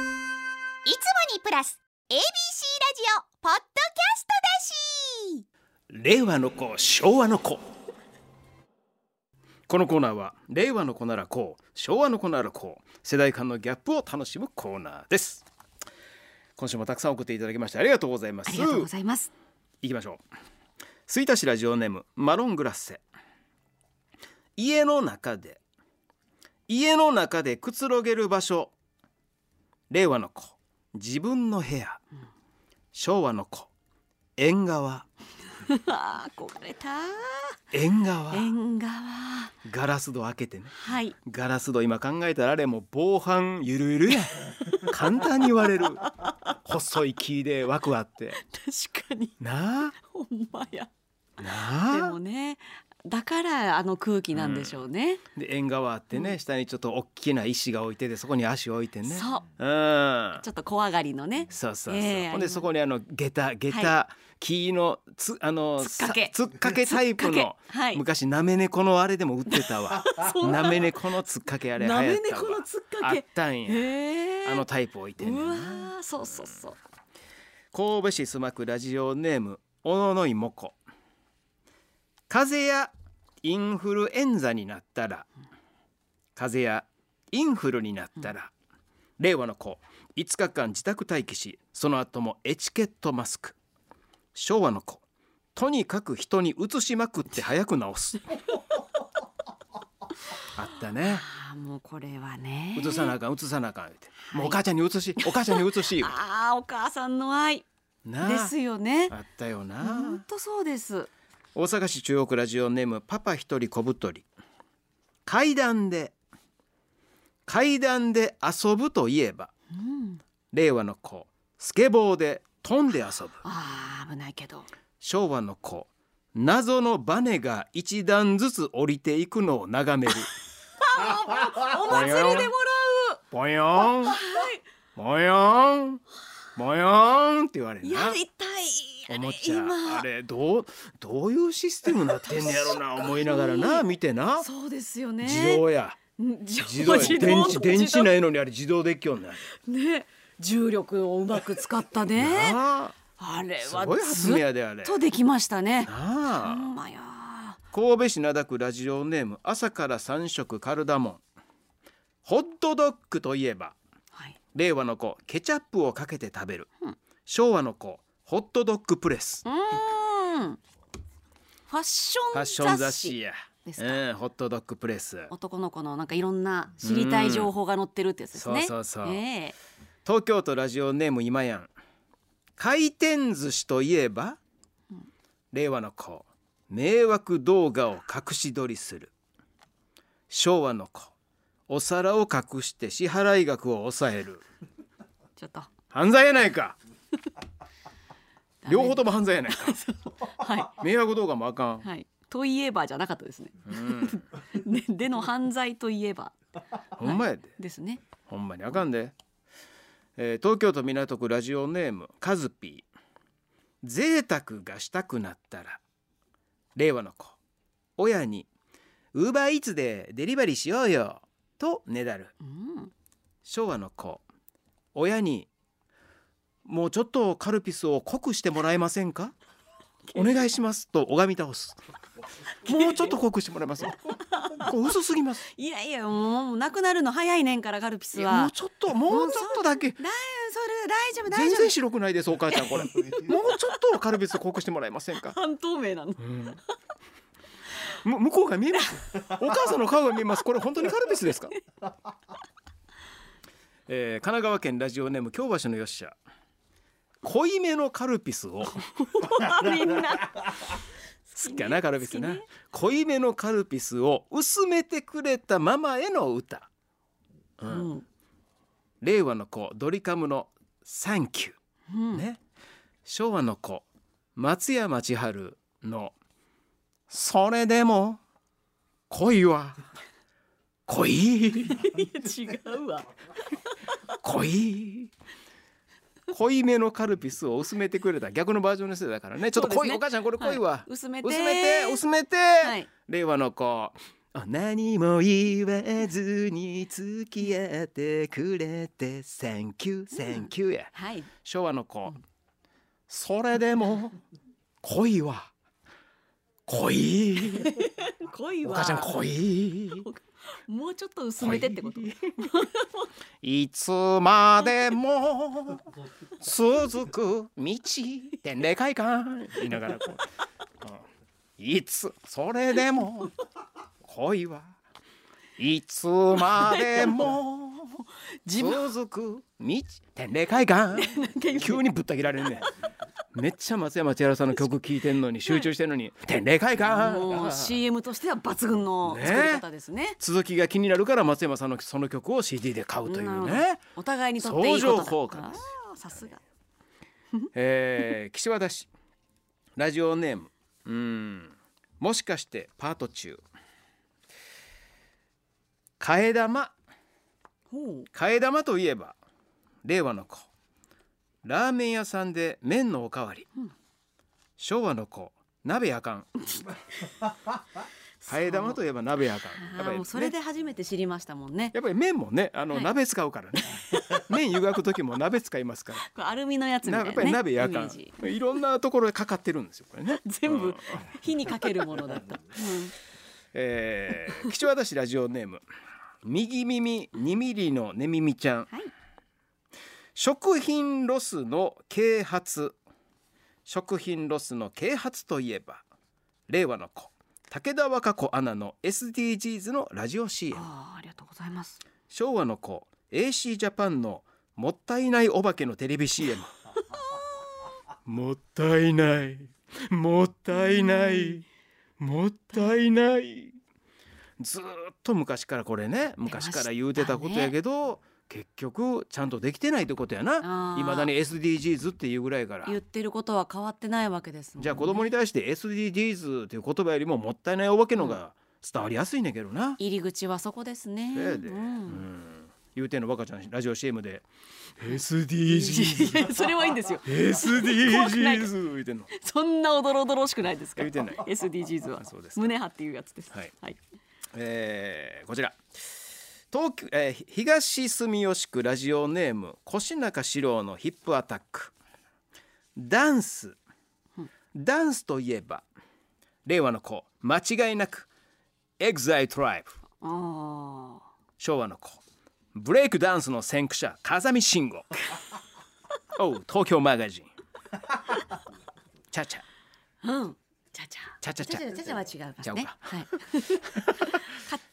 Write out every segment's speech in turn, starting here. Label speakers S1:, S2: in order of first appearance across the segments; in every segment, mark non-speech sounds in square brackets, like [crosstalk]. S1: いつもにプラス ABC ラジオポッドキャストだし
S2: 令和の子昭和の子このコーナーは令和の子ならこう昭和の子ならこう世代間のギャップを楽しむコーナーです今週もたくさん送っていただきましてありがとうございます
S1: ありがとうございます
S2: いきましょう吹田市ラジオネームマロングラッセ家の中で家の中でくつろげる場所令和の子自分の部屋、昭和の子縁側
S1: あ
S2: [laughs]
S1: 憧れた
S2: 縁側
S1: 縁側
S2: ガラス戸開けてね
S1: はい
S2: ガラス戸今考えたらあれもう防犯ゆるゆるや簡単に割れる細い木で枠あって
S1: 確かに
S2: な
S1: ほんまや
S2: あ
S1: で
S2: なあ
S1: もねだからあの空気なんでしょうね、
S2: で縁側あってね、下にちょっと大きな石が置いててそこに足置いてね
S1: そう
S2: うん
S1: ちょっと怖がりのね
S2: そうそうそう、
S1: ええ
S2: ほんでそこにあの下駄下駄、
S1: は
S2: 木のつあの
S1: つっかけ
S2: さつっかけタイプの
S1: はい
S2: 昔なめ猫のあれでも売ってたわ
S1: [laughs] そう
S2: なめ猫のつっかけあれ流行
S1: な
S2: ったわ
S1: め猫のつっか
S2: あっ
S1: け
S2: たんや、
S1: へえ
S2: あのタイプ置いてんね
S1: うんわ
S2: な
S1: ーそうそうそう
S2: 神戸市須磨区ラジオネームおののいもこ風邪やインフルエンザになったら風邪やインフルになったら、令和の子5日間自宅待機しその後もエチケットマスク昭和の子とにかく人に移しまくって早く治
S1: [laughs]
S2: すあったね
S1: あーもうこれはね
S2: 移さなあかん移さなあかん言うて、もうお母ちゃんに移しお母ちゃんに移し言うて
S1: あーお母さんの愛
S2: なあ
S1: ですよね
S2: あったよな、
S1: 本当そうです
S2: 大阪市中央区ラジオネームパパ一人小太り階段で階段で遊ぶといえば
S1: うん
S2: 令和の子スケボーで飛んで遊ぶ
S1: あー危ないけど
S2: 昭和の子謎のバネが一段ずつ降りていくのを眺める
S1: お祭りでもらう
S2: [laughs] ボヨンボヨンボヨンって言われる
S1: や
S2: な
S1: りたい
S2: おもちゃ
S1: 今
S2: あれどうどういうシステムなってんねや
S1: [laughs]
S2: ろな思いながらな見てな
S1: そうですよね
S2: 自動や。
S1: ん自
S2: 自
S1: 動
S2: 動
S1: 自動
S2: 電池電
S1: 自
S2: 池
S1: 動
S2: ないのにあれ自動デッキをね。
S1: ね重力をうまく使ったね
S2: なあ
S1: あれ
S2: す
S1: は
S2: ごい発
S1: ず
S2: 明
S1: っ
S2: やであれ。な
S1: とできましたねほ
S2: あ
S1: んまや
S2: 神戸市灘区ラジオネーム朝から三食カルダモン。ホットドッグといえば
S1: はい
S2: 令和の子ケチャップをかけて食べる
S1: うん。
S2: 昭和の子ホットドッグプレス。
S1: うーんファッシ
S2: ファッシ
S1: ョ
S2: ョン
S1: ン雑
S2: 雑
S1: 誌
S2: 誌や。
S1: ですか
S2: うん、ホットドッグプレス。
S1: 男の子のなんかいろんな知りたい情報が載ってるってやつですね。
S2: うんそうそうそう
S1: ええ
S2: 東京都ラジオネーム今やん回転寿司といえば、令和の子迷惑動画を隠し撮りする昭和の子お皿を隠して支払い額を抑える
S1: ちょっと
S2: 犯罪やないか両方とも犯罪やないか
S1: は
S2: 迷惑動画もあかん
S1: いはい。といえばじゃなかったですね。ででの犯罪といえば
S2: ほんまやで
S1: ですね。
S2: ほんまにあかんで、えー東京都港区ラジオネームカズピー贅沢がしたくなったら令和の子親に「ウーバーイーツでデリバリーしようよ」とねだる
S1: うん。
S2: 昭和の子親に「もうちょっとカルピスを濃くしてもらえませんか?」お願いしますと拝み倒すもうちょっと濃くしてもらえますこう薄すぎます
S1: いやいやもうなくなるの早いねんからガルピス
S2: いやも
S1: は
S2: う。ちょっともうちょっとだけ
S1: 大丈夫それ大丈夫大
S2: 全
S1: 丈
S2: 然
S1: 夫。
S2: 白くないですお母ちゃん [laughs] これもうちょっとカルピス濃くしてもらえませんか、
S1: 半透明なの。
S2: む向こうが見えますお母さんの顔が見えますこれ本当にカルピスですか、 [laughs] えー神奈川県ラジオネーム京橋のよっしゃ濃いめのカルピスを
S1: みんな。
S2: 好きやなカルピスな、
S1: 好きね
S2: 濃いめのカルピスを薄めてくれたママへの歌、 [laughs] う
S1: うんん。
S2: 令和の子ドリカムの「サンキュー」
S1: うん。
S2: ね、昭和の子松山千春の「それでも恋は恋
S1: いや違うわ。
S2: 恋」濃いめのカルピスを薄めてくれた逆のバージョンの世代だからねちょっと
S1: そうで
S2: 濃い、
S1: すね
S2: お母ちゃんこれ濃いわ、
S1: 薄めて。
S2: 薄めて薄めて、
S1: はい
S2: 令和の子何も言わずに付き合ってくれてセンキューセンキューや
S1: はい
S2: 昭和の子それでも恋は恋
S1: 恋
S2: お
S1: は
S2: 母ちゃん恋
S1: もうちょっと薄めてってこと
S2: いつまでも続く道天霊会館言いながらこう、うんいつそれでも恋はいつまでも続く道天霊会
S1: [laughs]
S2: 館急にぶった切られんねんめっちゃ松山千春さんの曲聴いてんのに集中してん
S1: [laughs]
S2: のに天霊会館
S1: もう CM としては抜群の作り方ですね
S2: 続きが気になるから松山さんのその曲を CD で買うとい
S1: なる
S2: う
S1: ほど
S2: ね。
S1: お互いにとっていいことだ
S2: 相乗効果です
S1: あーさすが
S2: えー、岸和田市ラジオネームうーんもしかしてパート中替え玉
S1: ほう
S2: 替え玉といえば令和の子ラーメン屋さんで麺のおかわり、昭和の子鍋あか
S1: [laughs]
S2: ん替え玉といえば鍋あかん
S1: あーもうそれ
S2: ね
S1: で初めて知りましたもんね
S2: やっぱり麺もねあの、
S1: はい
S2: 鍋使うか
S1: [laughs]
S2: らね麺湯がく時も鍋使いますから
S1: これアルミのやつみたなね
S2: ないやっぱり鍋や
S1: イ
S2: か
S1: メージ
S2: んいろんなところでかかってるんですよこれね
S1: 全
S2: うん
S1: 部火にかけるものだった、
S2: えー、吉和田市ラジオネーム右耳2ミリのねみみちゃん、
S1: はい
S2: 食品ロスの啓発食品ロスの啓発といえば令和の子武田和歌子アナの SDGs のラジオ CM
S1: ああありがとうございます
S2: 昭和の子 AC ジャパンのもったいないお化けのテレビ CM [laughs] もったいないもったいないもったいないずーっと昔からこれね昔から言うてたことやけど、結局ちゃんとできてないってことや
S1: あ
S2: な
S1: ー
S2: いまだに SDGs っていうぐらいから
S1: 言ってることは変わってないわけですもんね
S2: じゃあ子供に対して SDGs っていう言葉よりももったいないお化けのが伝わりやすいねんけどな。
S1: 入り口はそこですね
S2: せやで、
S1: う
S2: うん
S1: ん
S2: 言うてんの若ちゃんラジオ CM で
S1: [laughs]
S2: SDGs
S1: それはいいんですよ怖くない
S2: SDGs 言うてんの
S1: そんなおどろおどろしくないですか
S2: 言う
S1: ら
S2: てない
S1: SDGs は
S2: あそうですか
S1: 胸張っていうやつです
S2: はい
S1: はい、
S2: えーこちら東京、えー東住吉区ラジオネーム越中史郎のヒップアタックダンスダンスといえば令和の子間違いなくエグザイトライブ
S1: あ
S2: 昭和の子ブレイクダンスの先駆者風見慎吾おう東京マガジンチャチャ
S1: あうんちゃちゃ
S2: ちゃちゃちゃ
S1: ちゃちゃは違うから
S2: 違う
S1: ね
S2: か [laughs]
S1: はいか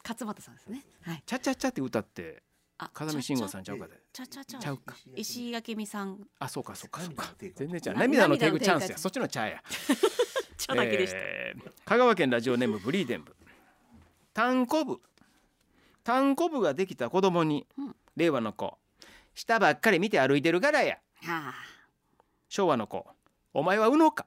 S1: 勝俣さんですねはい
S2: チャチャチャって歌って
S1: あ
S2: 風見慎吾さんちゃうかで
S1: ちゃちゃちゃ
S2: ちゃうか
S1: 石井明美さん
S2: あそうかそうかそうか
S3: 涙の手が
S2: 全然ちゃう
S1: な
S2: 涙の手
S1: 涙の
S2: ぐ
S1: 手
S2: チャンス
S1: が
S2: やそっちのチャや
S1: ちゃだけでした、
S2: えー香川県ラジオネームブリーデンブタンコブタンコブができた子供に、
S1: うん
S2: 令和の子下ばっかり見て歩いてるからや
S1: は
S2: 昭和の子お前はうのか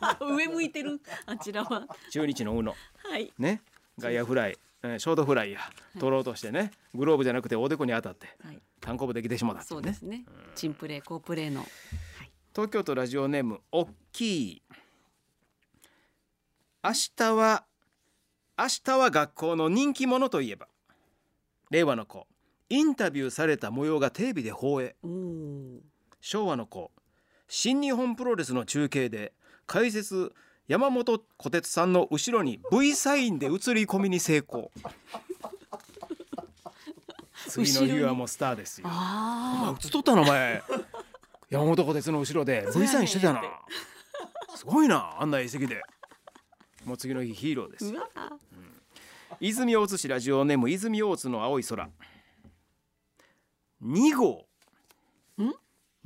S1: あ上向いてるあちらは
S2: 中日のうの
S1: はい
S2: ね外野フライ、えーショートフライや取ろうとしてねグローブじゃなくておでこに当たって
S1: はい
S2: タンコブできてしまったってい
S1: そうう
S2: ね
S1: ですねチンプレー好プレーの
S2: 東京都ラジオネームおっきい明日は明日は学校の人気者といえば令和の子インタビューされた模様がテレビで放映
S1: おお
S2: 昭和の子新日本プロレスの中継で解説山本虎鉄さんの後ろに V サインで映り込みに
S1: [laughs]
S2: 成功次の日はもうスターですよお前
S1: あ
S2: 映っとったのお前山本虎鉄の後ろで V サインして
S1: [laughs]
S2: たなすごいなあんな遺跡でもう次の日ヒーローで
S1: あ
S2: す
S1: うわ
S2: 泉大津市ラジオネーム泉大津の青い空2号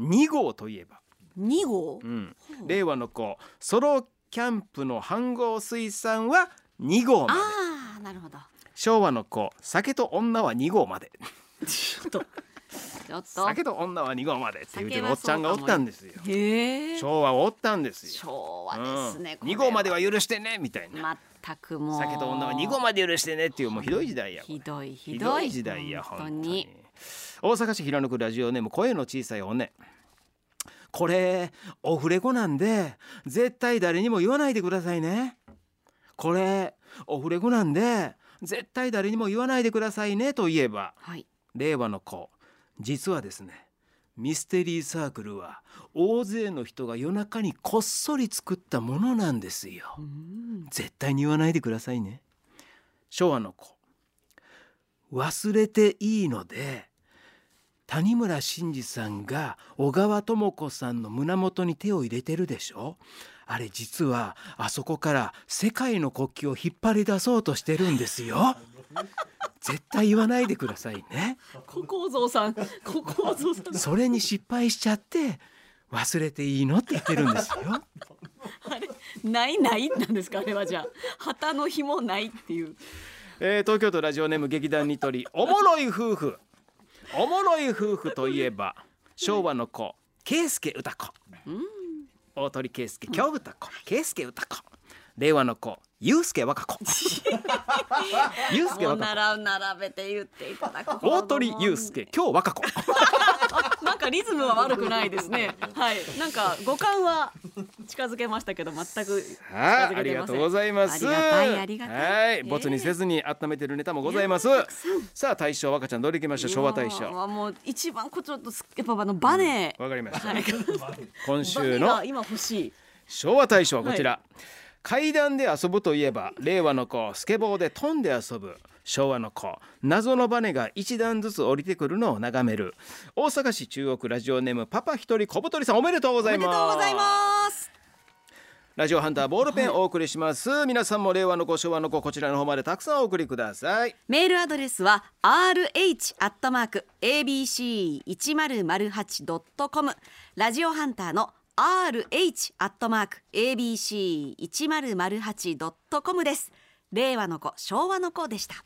S2: 2号といえば、
S1: 二号
S2: うん、令和の子ソロキャンプの飯合水産は2号まで
S1: ああなるほど
S2: 昭和の子酒と女は2号まで
S1: ちょっとちょっと
S2: 酒と女は2号までって言うてるおっちゃ
S1: 酒
S2: んが
S1: は
S2: お
S1: そうかも
S2: ったんですよ
S1: へえ
S2: 昭和をおったんですよ
S1: 昭和ですね、こ
S2: うん、
S1: れ
S2: 2号までは許してねみたいな
S1: 全くもう
S2: 酒と女は2号まで許してねっていうもうひどい時代やこれ
S1: ひどいひどい
S2: 時代や本当
S1: 本当
S2: に
S1: に
S2: 大阪市平野区ラジオネーム声の小さい骨これオフレコなんで絶対誰にも言わないでくださいねこれオフレコなんで絶対誰にも言わないでくださいねと言えば
S1: はい。
S2: 令和の子実はですねミステリーサークルは大勢の人が夜中にこっそり作ったものなんですよ
S1: うん。
S2: 絶対に言わないでくださいね昭和の子忘れていいので谷村新司さんが小川智子さんの胸元に手を入れてるでしょあれ実はあそこから世界の国旗を引っ張り出そうとしてるんですよ絶対言わないでくださいね
S1: 小構造さん、小構造さん。
S2: それに失敗しちゃって忘れていいのって言ってるんですよ
S1: あれ、ないないなんですかあれはじゃあ、旗の紐ないっていう。
S2: えー東京都ラジオネーム劇団ニトリおもろい夫婦おもろい夫婦といえば昭和の子圭介歌子大鳥圭介京歌子圭介歌子令和の子祐介和歌 [laughs] 子祐介
S1: も
S2: 和
S1: う
S2: 歌
S1: 並う並べて言っていただく。
S2: 子大鳥祐介。京和歌子
S1: なんかリズムは悪くないですね。はい。なんか五感は近づけましたけど全く
S2: はいありがとうございます
S1: ありがたいありがたい
S2: はいボツにせずに温めてるネタもございますさあ大賞若ちゃんどれいきましょう昭和大賞
S1: いや
S2: わ
S1: ーもう一番こうちょっとすやっぱあのバネ、
S2: かりました
S1: はい、
S2: 今週
S1: バネ
S2: の
S1: が今欲しい。
S2: 昭和大賞はこちら、階段で遊ぶといえば令和の子スケボーで飛んで遊ぶ昭和の子謎のバネが一段ずつ降りてくるのを眺める大阪市中央区ラジオネームパパ一人小太りさんおめでとうご
S1: お
S2: ざ
S1: め
S2: い
S1: で
S2: ま
S1: と
S2: す
S1: うございます。
S2: ラジオハンターボールペンお送りします、皆さんも令和の子昭和の子こちらの方までたくさんお送りください
S1: メールアドレスは rh アットマーク abc 一0 0 8ドットコムラジオハンターの rh アットマーク abc 一0 0 8ドットコムです。令和の子昭和の子でした。